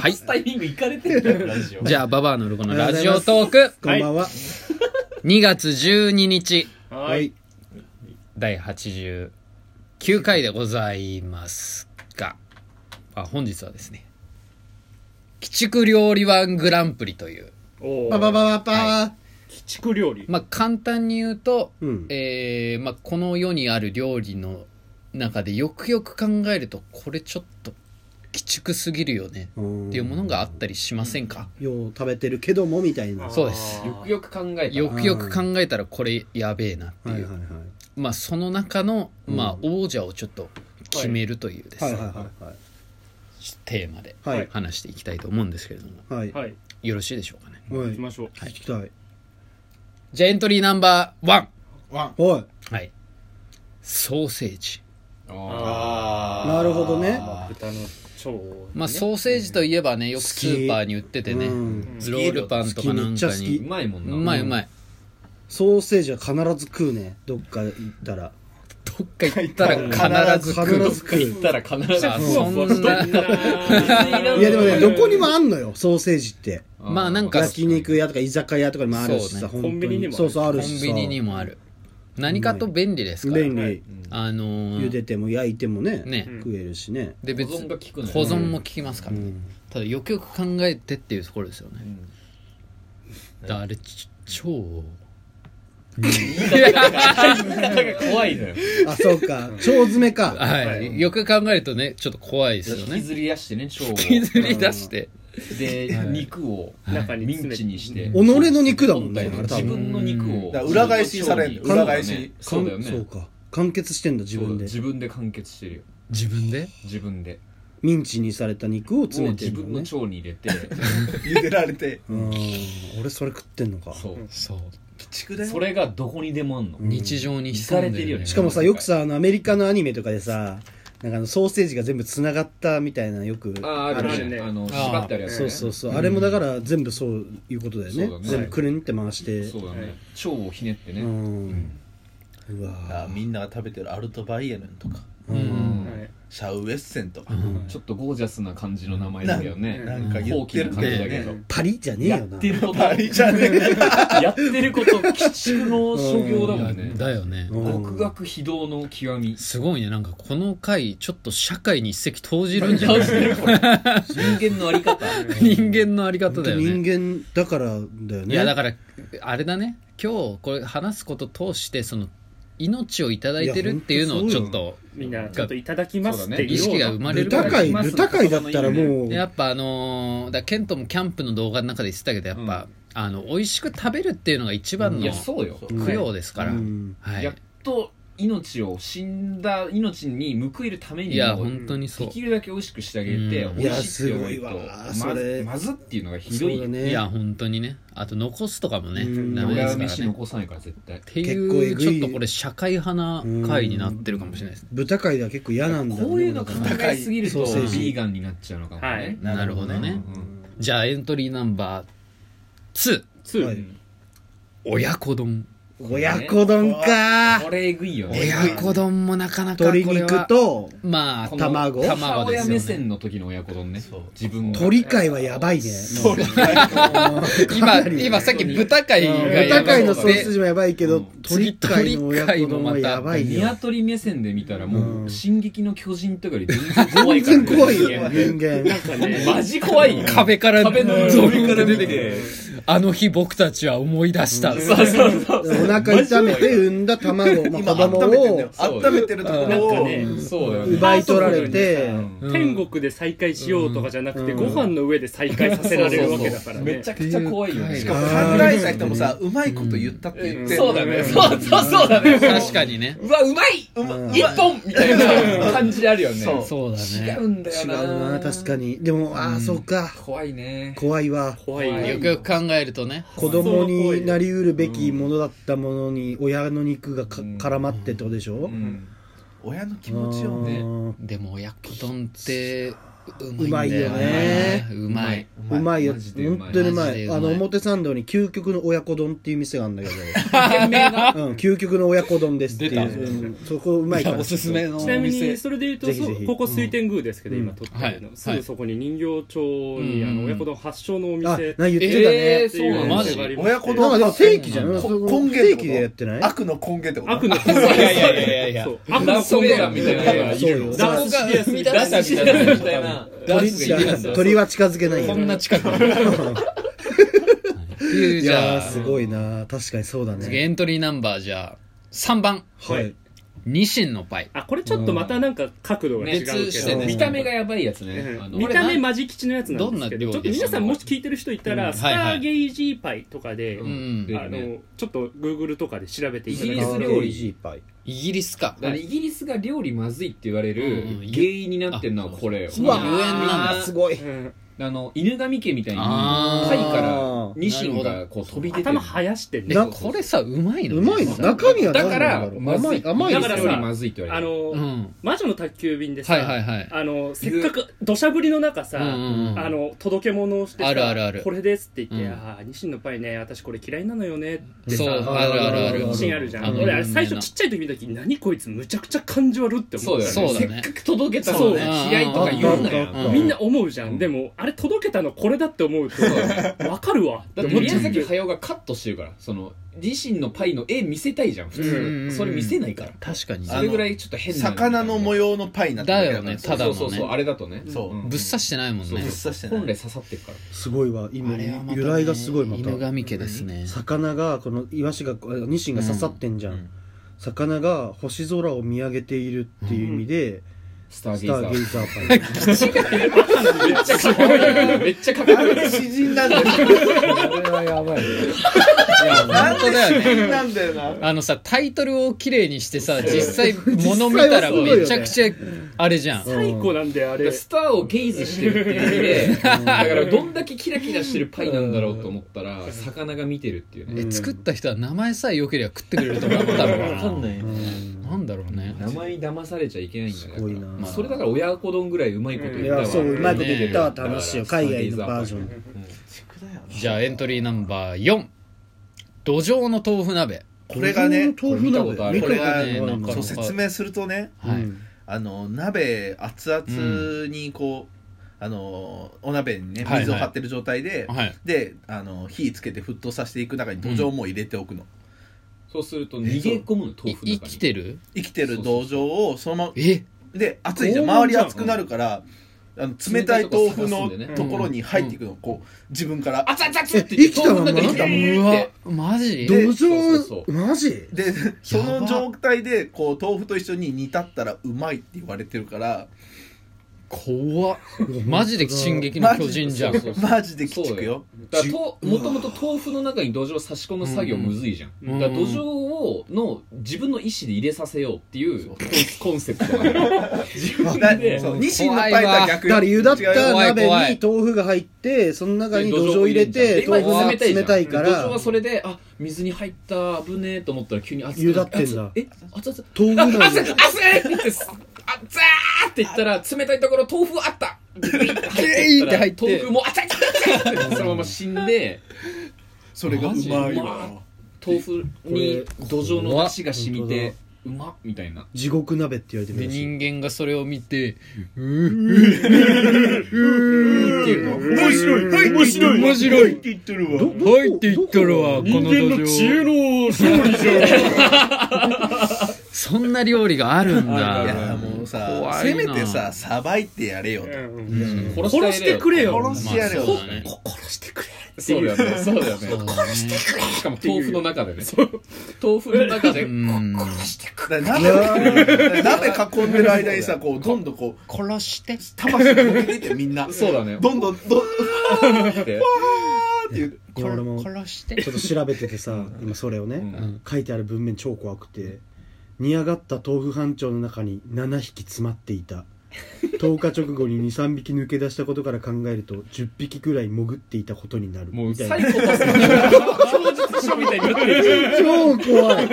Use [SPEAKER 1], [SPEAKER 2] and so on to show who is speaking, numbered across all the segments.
[SPEAKER 1] 回すタイミングいかれてるんだよ、ラジオ。
[SPEAKER 2] じゃあ、ババアのロゴのラジオトーク、
[SPEAKER 3] こんばんは。
[SPEAKER 2] 2月12日、
[SPEAKER 3] は。。
[SPEAKER 1] はい
[SPEAKER 2] 第89回でございますが、あ本日はですね、鬼畜料理ワングランプリという、
[SPEAKER 1] おー
[SPEAKER 3] パパパパパ
[SPEAKER 2] は
[SPEAKER 3] ー。
[SPEAKER 1] 鬼畜料理。
[SPEAKER 2] まあ、簡単に言うと、
[SPEAKER 3] うん
[SPEAKER 2] えーまあ、この世にある料理の中でよくよく考えるとこれちょっと鬼畜すぎるよね
[SPEAKER 3] うん
[SPEAKER 2] っていうものがあったりしませんか、
[SPEAKER 3] よう食べてるけどもみたいな。
[SPEAKER 2] そうです
[SPEAKER 1] よくよく考えたら
[SPEAKER 2] よくよく考えたらこれやべえなって、
[SPEAKER 3] はいいうはいはい。
[SPEAKER 2] まあ、その中の、まあ、王者をちょっと決めるというです
[SPEAKER 3] は
[SPEAKER 2] ね、
[SPEAKER 3] いはいはいはい。
[SPEAKER 2] テーマで
[SPEAKER 3] はい
[SPEAKER 2] 話していきたいと思うんですけれども、
[SPEAKER 3] はい。
[SPEAKER 1] はい。
[SPEAKER 2] よろしいでしょうかね
[SPEAKER 3] は
[SPEAKER 1] 行き
[SPEAKER 3] い。
[SPEAKER 1] ましょう。
[SPEAKER 3] 聞きたい。
[SPEAKER 2] じゃあエントリーナンバーワ
[SPEAKER 4] わ
[SPEAKER 3] おい。
[SPEAKER 2] ンはいソーセージ
[SPEAKER 4] あー
[SPEAKER 3] なるほどね。
[SPEAKER 1] 豚の腸をね
[SPEAKER 2] まあ、ソーセージといえばねよく
[SPEAKER 3] 好き
[SPEAKER 2] スーパーに売っててね、
[SPEAKER 3] うん
[SPEAKER 2] ロールパンとかなんか
[SPEAKER 3] 好きめっちゃ好
[SPEAKER 2] に
[SPEAKER 3] き
[SPEAKER 4] うまいもん
[SPEAKER 2] う
[SPEAKER 4] な
[SPEAKER 2] まいうまい
[SPEAKER 3] ソーセージは必ず食うね。どっか行ったら。
[SPEAKER 2] どっか行ったら必ず食
[SPEAKER 3] 必ず
[SPEAKER 2] う
[SPEAKER 3] 食
[SPEAKER 4] 行ったら必ず
[SPEAKER 2] あそんな
[SPEAKER 3] う。いやでもね、どこにもあんのよ、ソーセージって。
[SPEAKER 2] まあなんか
[SPEAKER 3] 焼肉屋とか居酒屋とかにもあるし
[SPEAKER 2] そうね
[SPEAKER 3] さ、本当
[SPEAKER 1] コンビニにもある
[SPEAKER 3] そうそう、あ
[SPEAKER 2] コン
[SPEAKER 3] るしさ。
[SPEAKER 2] ビニにもある何かと便利ですから
[SPEAKER 3] 便利。
[SPEAKER 2] あのー
[SPEAKER 3] 茹でても焼いてもね、
[SPEAKER 2] ね
[SPEAKER 3] 食えるしね。
[SPEAKER 2] で別
[SPEAKER 4] 保存が効くのよ
[SPEAKER 2] 保存も効きますからね、ただよくよく考えてっていうところですよね、だからあれち超
[SPEAKER 4] なんか怖いのよ
[SPEAKER 3] あ、そうか。腸詰めか。
[SPEAKER 2] はい、
[SPEAKER 1] はい
[SPEAKER 2] よく考えるとねちょっと怖いですよ
[SPEAKER 4] 引き
[SPEAKER 2] ね
[SPEAKER 4] ずり出してね腸
[SPEAKER 2] 引
[SPEAKER 4] を
[SPEAKER 2] きずり出して
[SPEAKER 4] で肉を
[SPEAKER 1] 中に
[SPEAKER 4] ミ
[SPEAKER 1] 詰
[SPEAKER 4] ン
[SPEAKER 1] め
[SPEAKER 4] チにして
[SPEAKER 3] 己の肉だもんね、あれ多
[SPEAKER 4] 自
[SPEAKER 3] 分。
[SPEAKER 4] 分の肉を
[SPEAKER 5] だから裏返しされん
[SPEAKER 4] 自分の腸に
[SPEAKER 5] 裏返し
[SPEAKER 4] そうだよね
[SPEAKER 3] そうか。完結してんだ、自
[SPEAKER 4] そうだよ
[SPEAKER 3] 分で。
[SPEAKER 4] 自分で完結してるよ
[SPEAKER 2] 自分で
[SPEAKER 4] 自分で
[SPEAKER 3] ミンチにされた肉を
[SPEAKER 4] も
[SPEAKER 3] 詰
[SPEAKER 4] う
[SPEAKER 3] めて
[SPEAKER 4] 自
[SPEAKER 3] る
[SPEAKER 4] 分
[SPEAKER 3] の
[SPEAKER 4] の
[SPEAKER 3] ね。
[SPEAKER 4] 腸に入れて
[SPEAKER 5] 茹でられて
[SPEAKER 3] うん。俺それ食ってんのか。
[SPEAKER 4] そう
[SPEAKER 2] そう
[SPEAKER 5] 鬼畜だよ
[SPEAKER 4] それがどこにでもあんの
[SPEAKER 2] 日常に潜んでるよね
[SPEAKER 4] いかれてるよね
[SPEAKER 3] しかもさ、よくさ、あの、アメリカのアニメとかでさ、なんかあのソーセージが全部繋がったみたいなよく。
[SPEAKER 4] あああ
[SPEAKER 1] あ
[SPEAKER 4] る
[SPEAKER 1] る
[SPEAKER 4] ね
[SPEAKER 1] ね
[SPEAKER 4] あの縛ってあるやつね
[SPEAKER 3] そうそうそう。あれもだから全部そういうことだよね
[SPEAKER 4] そうだ。ね
[SPEAKER 3] 全部くるんって回して。
[SPEAKER 4] そうだね腸をひねって
[SPEAKER 3] う
[SPEAKER 4] ね
[SPEAKER 3] ん。うわ
[SPEAKER 5] あ
[SPEAKER 3] ぁ
[SPEAKER 5] みんなが食べてるアルトバイエルンとか
[SPEAKER 2] うん
[SPEAKER 1] はい
[SPEAKER 5] シャウエッセンとか
[SPEAKER 4] ちょっとゴージャスな感じの名前だけどね
[SPEAKER 5] なんか言
[SPEAKER 4] 高
[SPEAKER 5] って
[SPEAKER 4] 貴
[SPEAKER 5] る
[SPEAKER 4] な感
[SPEAKER 5] けど
[SPEAKER 4] じだけど
[SPEAKER 5] ね
[SPEAKER 3] パリじゃねえ
[SPEAKER 4] や
[SPEAKER 3] よ
[SPEAKER 4] っ
[SPEAKER 3] な。
[SPEAKER 4] てること
[SPEAKER 5] あれじゃね え
[SPEAKER 4] やってること鬼畜の所業だもんね
[SPEAKER 2] だよね
[SPEAKER 3] うん
[SPEAKER 4] 極悪非道の極み
[SPEAKER 2] すごいねなんかこの回ちょっと社会に一石投じるんじゃ ない
[SPEAKER 4] 人間のあり方
[SPEAKER 2] 人間のあり方だ
[SPEAKER 3] 本当
[SPEAKER 2] よね
[SPEAKER 3] 人間だからだよね。
[SPEAKER 2] いやだからあれだね今日これ話すこと通してその命をいただいてるっていうのをちょっと
[SPEAKER 1] みんなちょっといただきますって
[SPEAKER 2] 意
[SPEAKER 1] いう
[SPEAKER 2] 識が
[SPEAKER 1] よう
[SPEAKER 2] 生
[SPEAKER 1] な
[SPEAKER 2] まれるか
[SPEAKER 3] 豚
[SPEAKER 2] ら
[SPEAKER 3] 界、豚界だったらもう、
[SPEAKER 2] やっぱあのーだからケントもキャンプの動画の中で言ってたけどやっぱ、あの美味しく食べるっていうのが一番
[SPEAKER 4] い
[SPEAKER 2] の
[SPEAKER 4] やそうよ
[SPEAKER 2] 供養ですから、
[SPEAKER 3] うん
[SPEAKER 2] はい、
[SPEAKER 4] やっと命を死んだ命に報いるために
[SPEAKER 2] いや
[SPEAKER 4] も
[SPEAKER 2] 本当にそう
[SPEAKER 4] できるだけ美味しくしてあげて、
[SPEAKER 2] うん
[SPEAKER 4] 美味しいって思
[SPEAKER 3] いやすごいわ
[SPEAKER 4] うと
[SPEAKER 3] そ
[SPEAKER 4] ま
[SPEAKER 3] れ
[SPEAKER 4] ずまずっていうのがひど
[SPEAKER 3] そう
[SPEAKER 4] い
[SPEAKER 3] だ
[SPEAKER 4] よね
[SPEAKER 3] ね
[SPEAKER 2] いや本当にねあと残すとかもね
[SPEAKER 3] うん
[SPEAKER 2] ダメ
[SPEAKER 4] 俺
[SPEAKER 2] で
[SPEAKER 4] は
[SPEAKER 2] すから
[SPEAKER 4] 飯
[SPEAKER 2] ね
[SPEAKER 4] 残さないから絶対
[SPEAKER 2] って
[SPEAKER 3] 結構
[SPEAKER 2] い
[SPEAKER 3] え
[SPEAKER 2] う
[SPEAKER 3] ぐ
[SPEAKER 2] ち
[SPEAKER 3] い
[SPEAKER 2] ょっとこれ社会派な回になってるかもしれないですね
[SPEAKER 3] 豚界では結構嫌なんだね
[SPEAKER 4] こういうの考えすぎると
[SPEAKER 3] ソーセージ
[SPEAKER 4] ビーガンになっちゃうのかもね、
[SPEAKER 1] はい
[SPEAKER 2] なるほどねじゃあエントリーナンバー2
[SPEAKER 1] ツー
[SPEAKER 3] はい
[SPEAKER 2] 親子丼
[SPEAKER 3] 親子丼か
[SPEAKER 4] これえぐいよね
[SPEAKER 2] 親子丼もなかなかこれ
[SPEAKER 3] 鶏
[SPEAKER 2] は
[SPEAKER 3] 肉と
[SPEAKER 2] まあ
[SPEAKER 4] この
[SPEAKER 3] 卵
[SPEAKER 2] 卵
[SPEAKER 4] 母
[SPEAKER 2] で
[SPEAKER 4] 親
[SPEAKER 2] す
[SPEAKER 4] 目
[SPEAKER 2] よね
[SPEAKER 4] 線の時の親子丼ね
[SPEAKER 5] そう
[SPEAKER 4] 自分が
[SPEAKER 3] 鳥界はやばいねもう
[SPEAKER 2] 今今さっき豚貝がや
[SPEAKER 3] 豚
[SPEAKER 2] ば
[SPEAKER 3] 界
[SPEAKER 2] い
[SPEAKER 3] のソーセージもやばいけ
[SPEAKER 4] う
[SPEAKER 3] ど
[SPEAKER 4] ん
[SPEAKER 3] 鳥界の親子丼もやばいよ
[SPEAKER 4] 鶏目線で見たらも
[SPEAKER 3] う
[SPEAKER 4] うん「進撃の巨人」とかより全然怖いから
[SPEAKER 3] 全然怖いよ人間
[SPEAKER 4] 人間
[SPEAKER 1] なんかね
[SPEAKER 4] マジ怖いよ
[SPEAKER 2] 壁から
[SPEAKER 4] 壁の
[SPEAKER 2] ゾン
[SPEAKER 4] 上から
[SPEAKER 2] って出
[SPEAKER 4] 出
[SPEAKER 2] て
[SPEAKER 4] てく
[SPEAKER 2] くる
[SPEAKER 4] る
[SPEAKER 2] あの日僕たちは思い出した
[SPEAKER 4] そうそうそう
[SPEAKER 3] お腹痛めて産んだ卵まあ
[SPEAKER 5] 今
[SPEAKER 3] 子供
[SPEAKER 5] 温
[SPEAKER 3] を
[SPEAKER 5] めてるんだよ温めてるところ
[SPEAKER 1] なん
[SPEAKER 5] を
[SPEAKER 1] かね
[SPEAKER 4] そうだよね
[SPEAKER 3] 奪い取られて
[SPEAKER 2] うん
[SPEAKER 1] 天国で再会しようとかじゃなくて、
[SPEAKER 3] うん
[SPEAKER 1] ご飯の上で再会させられるわけだからね。
[SPEAKER 4] めちゃくちゃ怖いよね
[SPEAKER 2] し
[SPEAKER 5] し
[SPEAKER 2] か
[SPEAKER 5] か
[SPEAKER 2] も
[SPEAKER 5] も考えた人もさうまいこと言ったって言って
[SPEAKER 4] そうだねそうそうそうだね
[SPEAKER 2] 確かにね
[SPEAKER 4] うわうまい
[SPEAKER 3] うん
[SPEAKER 4] 一本みたいな感じあるよね
[SPEAKER 5] そう
[SPEAKER 2] そうだね
[SPEAKER 4] うんだ
[SPEAKER 3] 違うな確かにでもああそうか
[SPEAKER 4] 怖いね
[SPEAKER 3] 怖いわ
[SPEAKER 1] 怖いよ。
[SPEAKER 2] よくよく考えるとね
[SPEAKER 3] 子供になりうるべきものだったものに親の肉がか絡まってってことでしょ
[SPEAKER 5] 親の気持ちを
[SPEAKER 3] う
[SPEAKER 5] ね
[SPEAKER 3] ん
[SPEAKER 2] でも親子丼ってううまい。
[SPEAKER 3] うまいよ
[SPEAKER 4] マジでうま
[SPEAKER 3] 本
[SPEAKER 4] い
[SPEAKER 3] 当にう
[SPEAKER 2] マ
[SPEAKER 3] ま
[SPEAKER 2] ジで
[SPEAKER 3] いう
[SPEAKER 2] まい
[SPEAKER 3] あの表参道に究極の親子丼っていう店があるんだけ
[SPEAKER 2] 店名が
[SPEAKER 3] ど、うん、究極の親子丼ですってい
[SPEAKER 2] 出た
[SPEAKER 3] う、うんそこうまいから
[SPEAKER 2] おすすめのお
[SPEAKER 1] ちなみ
[SPEAKER 2] 店
[SPEAKER 1] に。それで言うと
[SPEAKER 3] ぜひぜひ
[SPEAKER 1] そうここ水天宮ですけど、
[SPEAKER 3] うん
[SPEAKER 1] 今撮ってるの、
[SPEAKER 2] はい
[SPEAKER 1] すぐそこに人形町に、
[SPEAKER 2] はい
[SPEAKER 1] あの親子丼発祥のお
[SPEAKER 3] あ
[SPEAKER 1] 店
[SPEAKER 3] な言ってたね、
[SPEAKER 2] えー
[SPEAKER 1] っていうお
[SPEAKER 2] マ
[SPEAKER 1] 店
[SPEAKER 2] ジ
[SPEAKER 1] がありまして
[SPEAKER 5] 親
[SPEAKER 3] な
[SPEAKER 5] 子
[SPEAKER 3] んかでも
[SPEAKER 5] 丼の
[SPEAKER 3] 正規じゃん
[SPEAKER 2] そうなんだ
[SPEAKER 3] そ
[SPEAKER 5] こ
[SPEAKER 3] こ
[SPEAKER 5] 根源
[SPEAKER 3] 正
[SPEAKER 5] ってこと
[SPEAKER 3] 規でやってない
[SPEAKER 5] 悪の根源ってこと
[SPEAKER 1] 悪の
[SPEAKER 2] いやいやいやいや
[SPEAKER 1] そう
[SPEAKER 2] フランス映画みたいなのがい
[SPEAKER 3] るの
[SPEAKER 2] そこが生み出したみたいなみたいな。ダンスがいるんだ
[SPEAKER 3] 鳥鳥は近づけない
[SPEAKER 2] こ
[SPEAKER 3] よ
[SPEAKER 2] んな近くに。っていう
[SPEAKER 3] い
[SPEAKER 2] じゃ
[SPEAKER 3] やー
[SPEAKER 2] あ、
[SPEAKER 3] すごいな確かにそうだね
[SPEAKER 2] エントリーナンバーじゃあ、3番、
[SPEAKER 3] はい
[SPEAKER 2] ニシンのパイ。
[SPEAKER 1] あこれちょっとまたなんか角度が違うけど、
[SPEAKER 2] 別視点
[SPEAKER 3] ね
[SPEAKER 4] 見た目がやばいやつね
[SPEAKER 1] う
[SPEAKER 4] あ
[SPEAKER 1] ん
[SPEAKER 4] の
[SPEAKER 1] 見た目マジ吉のやつなんですけど
[SPEAKER 2] どんな料理
[SPEAKER 1] ちょっと皆さんもし聞いてる人いたら、
[SPEAKER 2] うん
[SPEAKER 1] スタ
[SPEAKER 2] はいはい
[SPEAKER 1] ーゲイジーパイとかで、
[SPEAKER 4] うん
[SPEAKER 1] あ
[SPEAKER 4] ね
[SPEAKER 1] のちょっとグーグルとかで調べていただ
[SPEAKER 4] イ
[SPEAKER 1] い
[SPEAKER 4] ギリス
[SPEAKER 1] て
[SPEAKER 4] 料理
[SPEAKER 3] パイ
[SPEAKER 2] イギリスか。
[SPEAKER 4] だからイギリスが料理まずいって言われる
[SPEAKER 2] うんうん
[SPEAKER 4] 原因になってんのはこれ
[SPEAKER 2] うわゆえんなんだ
[SPEAKER 3] すごい
[SPEAKER 1] うん
[SPEAKER 4] あの犬神家みたいに
[SPEAKER 2] あ
[SPEAKER 3] ー
[SPEAKER 4] 貝からニシンがこう飛び出てる
[SPEAKER 1] 頭生やしてんね
[SPEAKER 2] で、これさ、うまいの
[SPEAKER 3] うまいの中身は
[SPEAKER 4] だ
[SPEAKER 3] 何
[SPEAKER 4] か
[SPEAKER 3] なん
[SPEAKER 4] ら
[SPEAKER 3] ろう
[SPEAKER 4] まず
[SPEAKER 3] 甘
[SPEAKER 4] い
[SPEAKER 3] い甘い
[SPEAKER 4] だ
[SPEAKER 3] で
[SPEAKER 4] か
[SPEAKER 3] す
[SPEAKER 4] ら
[SPEAKER 3] よ
[SPEAKER 4] よりまずいって言わ
[SPEAKER 1] あ
[SPEAKER 4] れる
[SPEAKER 1] の、
[SPEAKER 2] うん。
[SPEAKER 1] 魔女の宅急便でさ、
[SPEAKER 2] はいはいはい。
[SPEAKER 1] あのせっかく土砂降りの中さ、
[SPEAKER 2] うんうんうん
[SPEAKER 1] あの届け物をしてさ
[SPEAKER 2] あるあるある
[SPEAKER 1] これですって言って「
[SPEAKER 2] うん
[SPEAKER 1] ああニシンのパイね私これ嫌いなのよね」ってさ
[SPEAKER 2] そう、あるあるある。
[SPEAKER 1] シーンあるじゃ
[SPEAKER 2] あ
[SPEAKER 1] ん
[SPEAKER 2] の
[SPEAKER 1] 俺あれ最初ちっちゃい時見た時何こいつむちゃくちゃ感じ悪って
[SPEAKER 4] そ
[SPEAKER 1] 思
[SPEAKER 4] う
[SPEAKER 1] っ
[SPEAKER 4] だ
[SPEAKER 1] た
[SPEAKER 4] よ
[SPEAKER 2] そ
[SPEAKER 4] ね
[SPEAKER 2] うだ
[SPEAKER 4] せ
[SPEAKER 2] ね
[SPEAKER 4] っかく届けたのに
[SPEAKER 1] そう
[SPEAKER 4] 嫌いとか言うな
[SPEAKER 3] あったあ
[SPEAKER 4] よ
[SPEAKER 3] った
[SPEAKER 1] みんな思うじゃん、
[SPEAKER 4] うん
[SPEAKER 1] でもあれ届けたのこれだって思うとわかるわ
[SPEAKER 4] だって宮崎駿がカットしてるからそのニシンのパイの絵見せたいじゃん普
[SPEAKER 2] うんうん
[SPEAKER 4] 通それ見せないから
[SPEAKER 2] 確かに
[SPEAKER 5] あ
[SPEAKER 4] それぐらいちょっと変な
[SPEAKER 5] 魚の模様のパイになってる
[SPEAKER 2] だよね
[SPEAKER 5] そう
[SPEAKER 2] ただの
[SPEAKER 4] そうそうそうあれだとね
[SPEAKER 5] そうん
[SPEAKER 2] ぶっ刺してないもん
[SPEAKER 5] ぶっ
[SPEAKER 2] ね
[SPEAKER 5] 刺。してない
[SPEAKER 4] 本来刺さってるから
[SPEAKER 3] すごいわ今由来がすごいまた
[SPEAKER 2] 犬神家ですね。
[SPEAKER 3] 魚がこのイワシがこうニシンが刺さってんじゃん、
[SPEAKER 2] うん
[SPEAKER 3] 魚が星空を見上げているっていう意味で、
[SPEAKER 4] スター
[SPEAKER 3] ス
[SPEAKER 4] ゲイ
[SPEAKER 3] タ
[SPEAKER 4] ザ
[SPEAKER 3] ーゲイ
[SPEAKER 4] ー
[SPEAKER 3] ザーパイ
[SPEAKER 4] めっちゃかっこいいめっちゃかっこいい
[SPEAKER 5] なんで詩人なんだよ
[SPEAKER 4] れはやばい
[SPEAKER 5] なん
[SPEAKER 2] 当だよね
[SPEAKER 5] で詩人なんだよな
[SPEAKER 2] あのさ、タイトルを綺麗にしてさ、実際、もの見たらめちゃくちゃ、あれじゃん。
[SPEAKER 1] 最高なんだよあれ
[SPEAKER 4] スターをゲイズしてるっていう意味でだからどんだけキラキラしてるパイなんだろうと思ったら魚が見てるっていうね
[SPEAKER 2] え作った人は名前さえ良ければ食ってくれると思ったの
[SPEAKER 4] わか
[SPEAKER 2] か
[SPEAKER 4] んない
[SPEAKER 2] な。なんだろうね。
[SPEAKER 4] 名前に騙されちゃいけないんだから
[SPEAKER 3] すごいな
[SPEAKER 4] まあそれだから親子丼ぐらいうまいこと
[SPEAKER 3] い
[SPEAKER 4] 言ったわ
[SPEAKER 3] やそううまいこと言ったわ
[SPEAKER 4] ねだから
[SPEAKER 3] 楽しいよ海外のバージョ
[SPEAKER 4] ス
[SPEAKER 3] ン
[SPEAKER 2] じゃあエントリーナンバー4。土壌の豆腐鍋。
[SPEAKER 5] これがね
[SPEAKER 3] 豆腐鍋
[SPEAKER 4] これ見たことある
[SPEAKER 3] 見た
[SPEAKER 2] こ
[SPEAKER 3] ことあ
[SPEAKER 2] れがねなんか
[SPEAKER 5] そう説明するとね
[SPEAKER 2] は
[SPEAKER 3] う
[SPEAKER 2] い。
[SPEAKER 3] ん
[SPEAKER 5] あの鍋熱々にこう、あのお鍋にね
[SPEAKER 2] はいはい
[SPEAKER 5] 水を張ってる状態で、
[SPEAKER 2] はい。
[SPEAKER 5] であの火つけて沸騰させていく中に土壌も入れておくの、
[SPEAKER 4] そうすると逃げ込むの豆
[SPEAKER 2] い
[SPEAKER 4] 腐の
[SPEAKER 2] 生
[SPEAKER 4] 中に
[SPEAKER 2] きてる
[SPEAKER 5] 生きてる土壌をそのまま
[SPEAKER 2] え
[SPEAKER 5] で熱いじゃん
[SPEAKER 1] 高温
[SPEAKER 5] 周
[SPEAKER 1] じ
[SPEAKER 5] り
[SPEAKER 1] ゃん
[SPEAKER 5] 熱くなるから、あの冷たい豆腐のところに入っていくの、こう自分から、
[SPEAKER 4] 熱々熱って言って
[SPEAKER 3] 生きたまんま
[SPEAKER 4] 豆腐の中に
[SPEAKER 2] う
[SPEAKER 4] 生き
[SPEAKER 2] わ
[SPEAKER 4] て、
[SPEAKER 2] マジ
[SPEAKER 3] 土
[SPEAKER 4] そう
[SPEAKER 5] で
[SPEAKER 4] そう
[SPEAKER 3] 壌
[SPEAKER 4] そ
[SPEAKER 3] マジ
[SPEAKER 5] でそ
[SPEAKER 2] やば
[SPEAKER 5] の状態でこう豆腐と一緒に煮立ったらうまいって言われてるから
[SPEAKER 2] 怖っ。マジで進撃の
[SPEAKER 5] マ
[SPEAKER 2] 巨人
[SPEAKER 5] ジ
[SPEAKER 2] じゃん。
[SPEAKER 4] そう
[SPEAKER 5] マジで鬼畜よ
[SPEAKER 4] だからともともと豆腐の中に土壌を差し込む作業むずいじゃん、
[SPEAKER 2] うん
[SPEAKER 4] だから土壌をの自分の意思で入れさせようっていうコンセプトなの自分で
[SPEAKER 5] なそうニシンのパイとは逆
[SPEAKER 3] だから湯だった
[SPEAKER 5] 違うよ
[SPEAKER 2] 怖い
[SPEAKER 3] 鍋
[SPEAKER 2] 怖い
[SPEAKER 3] に豆腐が入ってその中に土壌を入れ
[SPEAKER 4] で
[SPEAKER 3] て
[SPEAKER 4] 今
[SPEAKER 3] 豆腐が
[SPEAKER 4] じゃん
[SPEAKER 3] 冷たいか
[SPEAKER 4] で土壌
[SPEAKER 3] ら
[SPEAKER 4] はそれであ水に入った危ねえと思ったら急に熱
[SPEAKER 3] 湯だってんだ
[SPEAKER 4] 熱え熱々
[SPEAKER 3] 豆腐
[SPEAKER 4] あ熱
[SPEAKER 3] 鍋
[SPEAKER 4] 々 熱々って言ってすあザーって言ったら冷たいところ豆腐あった
[SPEAKER 2] えいって入って
[SPEAKER 4] 豆腐も熱々熱々ってそのまま死んで
[SPEAKER 5] それがうま
[SPEAKER 4] マ
[SPEAKER 5] い
[SPEAKER 4] ジ
[SPEAKER 5] わ
[SPEAKER 4] 豆腐に土壌の出汁が染みて
[SPEAKER 3] こ
[SPEAKER 4] うまっみたいな
[SPEAKER 3] 地獄鍋って言われてる
[SPEAKER 2] で
[SPEAKER 3] らしい
[SPEAKER 2] 人間がそれを見て「うー
[SPEAKER 5] 面白いはい面白い
[SPEAKER 2] 面白い
[SPEAKER 5] って言ってるわ
[SPEAKER 3] ど
[SPEAKER 2] 入っていったらはこ
[SPEAKER 1] 人
[SPEAKER 2] の土
[SPEAKER 1] 間の知恵の
[SPEAKER 2] 壌
[SPEAKER 1] 勝利じゃん
[SPEAKER 2] そんな料理があるん
[SPEAKER 5] いや
[SPEAKER 2] だ
[SPEAKER 5] もうさ
[SPEAKER 2] 怖い
[SPEAKER 5] せ
[SPEAKER 2] な
[SPEAKER 5] めてささばいてやれよ
[SPEAKER 1] うん
[SPEAKER 4] 殺
[SPEAKER 1] 殺してくれよ
[SPEAKER 5] 殺してやれよ
[SPEAKER 2] まあそうだね
[SPEAKER 1] 殺してくれ
[SPEAKER 4] そうだよねそうだよねしかも豆腐の中でね豆腐の中で
[SPEAKER 2] うん
[SPEAKER 5] だから鍋鍋囲んでる間にさこうどんどんこう
[SPEAKER 2] 殺して
[SPEAKER 5] 魂が出てみんな
[SPEAKER 4] そうだね
[SPEAKER 5] どんどんどんどん
[SPEAKER 4] って
[SPEAKER 5] っていう
[SPEAKER 3] いや俺も
[SPEAKER 2] 殺して
[SPEAKER 3] ちょっと調べててさ今それをね、
[SPEAKER 4] うん
[SPEAKER 3] 書いてある文面超怖くて煮上がった豆腐半丁の中に7匹詰まっていた10日直後に23匹抜け出したことから考えると10匹くらい潜っていたことになる
[SPEAKER 4] もう
[SPEAKER 3] みたい
[SPEAKER 4] サ
[SPEAKER 3] な
[SPEAKER 4] イコパス供述書みたいになってる
[SPEAKER 3] 超怖い、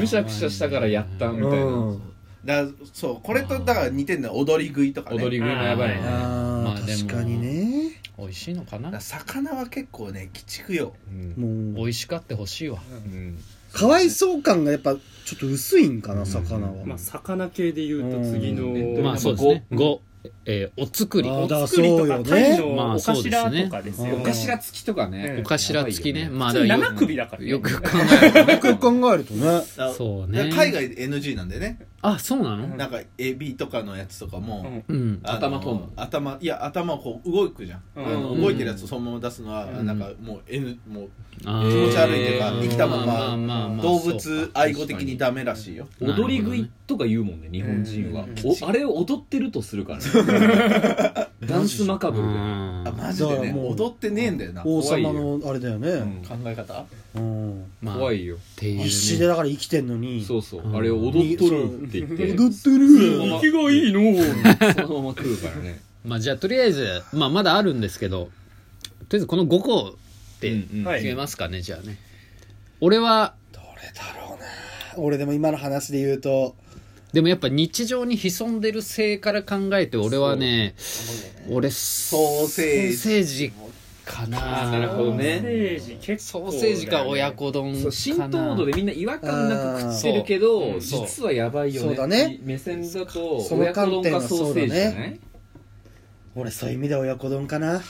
[SPEAKER 4] むしゃくしゃしたからやったみたいな
[SPEAKER 3] うん
[SPEAKER 5] だからそうこれとだから似てるのは踊り食いとかね
[SPEAKER 4] 踊り
[SPEAKER 5] だか
[SPEAKER 4] 食いもやばい
[SPEAKER 2] あ
[SPEAKER 4] ね
[SPEAKER 2] ーま
[SPEAKER 3] あ
[SPEAKER 2] あで
[SPEAKER 3] あ
[SPEAKER 2] も
[SPEAKER 3] 確かにね
[SPEAKER 2] 美味しいのからな、
[SPEAKER 5] 魚は結構ね鬼畜よ
[SPEAKER 4] うん
[SPEAKER 2] 美
[SPEAKER 3] もう
[SPEAKER 2] 味しかってほしいわ
[SPEAKER 4] うん
[SPEAKER 3] かわいそう感がやっぱちょっと薄いんかな魚は、
[SPEAKER 1] まあ魚系で言うと次の、
[SPEAKER 4] うん
[SPEAKER 2] まあそうですね5えーお作り
[SPEAKER 3] あー
[SPEAKER 1] お
[SPEAKER 2] お
[SPEAKER 3] だ
[SPEAKER 1] 作りと
[SPEAKER 3] そうよ
[SPEAKER 1] か
[SPEAKER 3] ね
[SPEAKER 1] タイの
[SPEAKER 2] まあ
[SPEAKER 1] お
[SPEAKER 2] そうですね
[SPEAKER 1] 頭とかですよ、
[SPEAKER 3] うん
[SPEAKER 4] お頭付きとかね
[SPEAKER 1] うん
[SPEAKER 2] 頭付きね
[SPEAKER 4] やばいよ
[SPEAKER 2] まあ
[SPEAKER 1] 普
[SPEAKER 2] だ
[SPEAKER 1] 通
[SPEAKER 2] から
[SPEAKER 1] 7首だから、ね、
[SPEAKER 2] よく考
[SPEAKER 3] よく考えるとね
[SPEAKER 2] えそうね
[SPEAKER 5] 海外 NG なんでね
[SPEAKER 2] あそうな
[SPEAKER 1] う
[SPEAKER 2] の
[SPEAKER 1] ん
[SPEAKER 5] なんかエビとかのやつとかも、
[SPEAKER 1] うん
[SPEAKER 2] うん
[SPEAKER 5] あの
[SPEAKER 4] 頭とん
[SPEAKER 5] 頭いや頭こう動くじゃん、
[SPEAKER 1] うん
[SPEAKER 5] あの
[SPEAKER 2] うん
[SPEAKER 5] 動いてるやつをそのまま出すのは、
[SPEAKER 1] うん
[SPEAKER 5] なんかもう N もう
[SPEAKER 2] あー
[SPEAKER 5] 気持ち悪いというか
[SPEAKER 4] えー
[SPEAKER 5] 生きたま
[SPEAKER 2] まあ
[SPEAKER 5] ま
[SPEAKER 2] まあまあ
[SPEAKER 5] 動
[SPEAKER 2] そう
[SPEAKER 5] 物
[SPEAKER 2] か
[SPEAKER 5] 愛護的にダメらしいよ
[SPEAKER 2] なるほど
[SPEAKER 4] 踊
[SPEAKER 2] ね
[SPEAKER 4] り食いとか言うもんね日本人は
[SPEAKER 1] うん
[SPEAKER 4] おあれを踊ってるとするからねダンスマカブ
[SPEAKER 2] う
[SPEAKER 4] ルで
[SPEAKER 2] ん
[SPEAKER 5] あマジで
[SPEAKER 3] だから
[SPEAKER 5] ね
[SPEAKER 3] もう
[SPEAKER 5] 踊ってねえんだよな考
[SPEAKER 3] 王様のあれだよね、
[SPEAKER 5] え方
[SPEAKER 3] うん
[SPEAKER 2] まあ
[SPEAKER 4] 怖
[SPEAKER 2] っ
[SPEAKER 4] いよ
[SPEAKER 2] ていうね
[SPEAKER 3] 必死でだから生きてんのに
[SPEAKER 4] そうそう
[SPEAKER 2] うん
[SPEAKER 4] あれを踊っとるって言って
[SPEAKER 3] 踊って
[SPEAKER 4] うん
[SPEAKER 3] る
[SPEAKER 1] 生きがいいのう
[SPEAKER 4] そのまま食うからね
[SPEAKER 2] まあじゃあとりあえずまあまだあるんですけどとりあえずこの5個で
[SPEAKER 4] うんうん
[SPEAKER 1] はい
[SPEAKER 2] 決めますかねじゃあね俺は
[SPEAKER 3] どれだろうな俺でも今の話で言うと
[SPEAKER 2] でもやっぱ日常に潜んでる性から考えて俺はね俺ソ
[SPEAKER 5] ーセージ
[SPEAKER 2] ソーセージかな
[SPEAKER 4] あーなるほどね
[SPEAKER 1] ソーセージ結
[SPEAKER 2] ソ
[SPEAKER 1] 構だよね、
[SPEAKER 2] ーセージか親子丼か
[SPEAKER 4] そう
[SPEAKER 2] な
[SPEAKER 4] 浸透度でみんな違和感なく食ってるけ
[SPEAKER 2] あー
[SPEAKER 4] ど
[SPEAKER 2] そう
[SPEAKER 4] 実はやばいよね
[SPEAKER 3] そうだね
[SPEAKER 4] 目線だと
[SPEAKER 3] そ
[SPEAKER 4] 親
[SPEAKER 3] の
[SPEAKER 4] 子
[SPEAKER 3] 観
[SPEAKER 4] 丼
[SPEAKER 3] 点
[SPEAKER 4] か
[SPEAKER 3] は
[SPEAKER 4] ソ
[SPEAKER 3] そ
[SPEAKER 4] ー
[SPEAKER 3] うだね
[SPEAKER 4] セージじゃない
[SPEAKER 3] 俺そういう意味では親子丼かな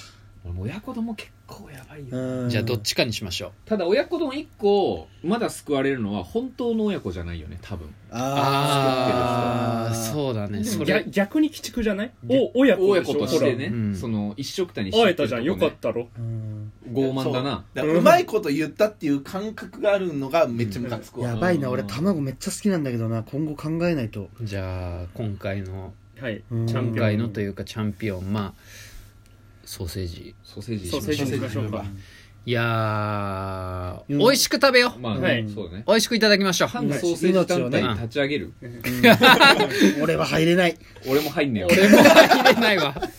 [SPEAKER 4] 俺も親子丼も結構やばいよ
[SPEAKER 3] うん
[SPEAKER 2] じゃあどっちかにしましょう
[SPEAKER 4] ただ親子丼1個まだ救われるのは本当の親子じゃないよね多分
[SPEAKER 2] あ
[SPEAKER 3] あ
[SPEAKER 2] あ
[SPEAKER 3] ー
[SPEAKER 2] そうだね
[SPEAKER 1] でも
[SPEAKER 2] そ
[SPEAKER 1] 逆
[SPEAKER 2] れ
[SPEAKER 1] 逆に鬼畜じゃないお親子
[SPEAKER 4] 親
[SPEAKER 1] でし
[SPEAKER 4] 子
[SPEAKER 1] ょ
[SPEAKER 4] と
[SPEAKER 1] ほ
[SPEAKER 4] し
[SPEAKER 1] ら
[SPEAKER 4] てね、
[SPEAKER 2] うん
[SPEAKER 4] その一緒くたに
[SPEAKER 1] 会
[SPEAKER 4] て
[SPEAKER 1] えたじゃん
[SPEAKER 4] てこ
[SPEAKER 1] よ
[SPEAKER 4] と
[SPEAKER 1] かったろ
[SPEAKER 3] うん
[SPEAKER 4] 傲慢だな
[SPEAKER 5] そうだからうまいこと言ったっていう感覚があるのがめっちゃムカつくわ、
[SPEAKER 3] やばいな
[SPEAKER 4] うん
[SPEAKER 3] 俺卵めっちゃ好きなんだけどな今後考えな いと
[SPEAKER 2] じゃあ今回の
[SPEAKER 1] はい
[SPEAKER 3] うん
[SPEAKER 1] チャンピオ
[SPEAKER 2] 今
[SPEAKER 1] ン
[SPEAKER 2] 回のというかチャンピオンまあソーセージ
[SPEAKER 4] ソーセージにし
[SPEAKER 1] ソ
[SPEAKER 4] ま
[SPEAKER 1] ー
[SPEAKER 4] し
[SPEAKER 1] セ
[SPEAKER 4] ょう
[SPEAKER 1] ージにしましょうか
[SPEAKER 2] いやー
[SPEAKER 3] うん
[SPEAKER 2] 美味しく食べよう
[SPEAKER 4] まあ、
[SPEAKER 1] はい
[SPEAKER 4] そうだね
[SPEAKER 2] 美味しくいただきましょう
[SPEAKER 4] 反ソーセージ団体立ち上げる、
[SPEAKER 3] 俺は入れない
[SPEAKER 4] 俺も入んねえよ
[SPEAKER 2] 俺も入れないわ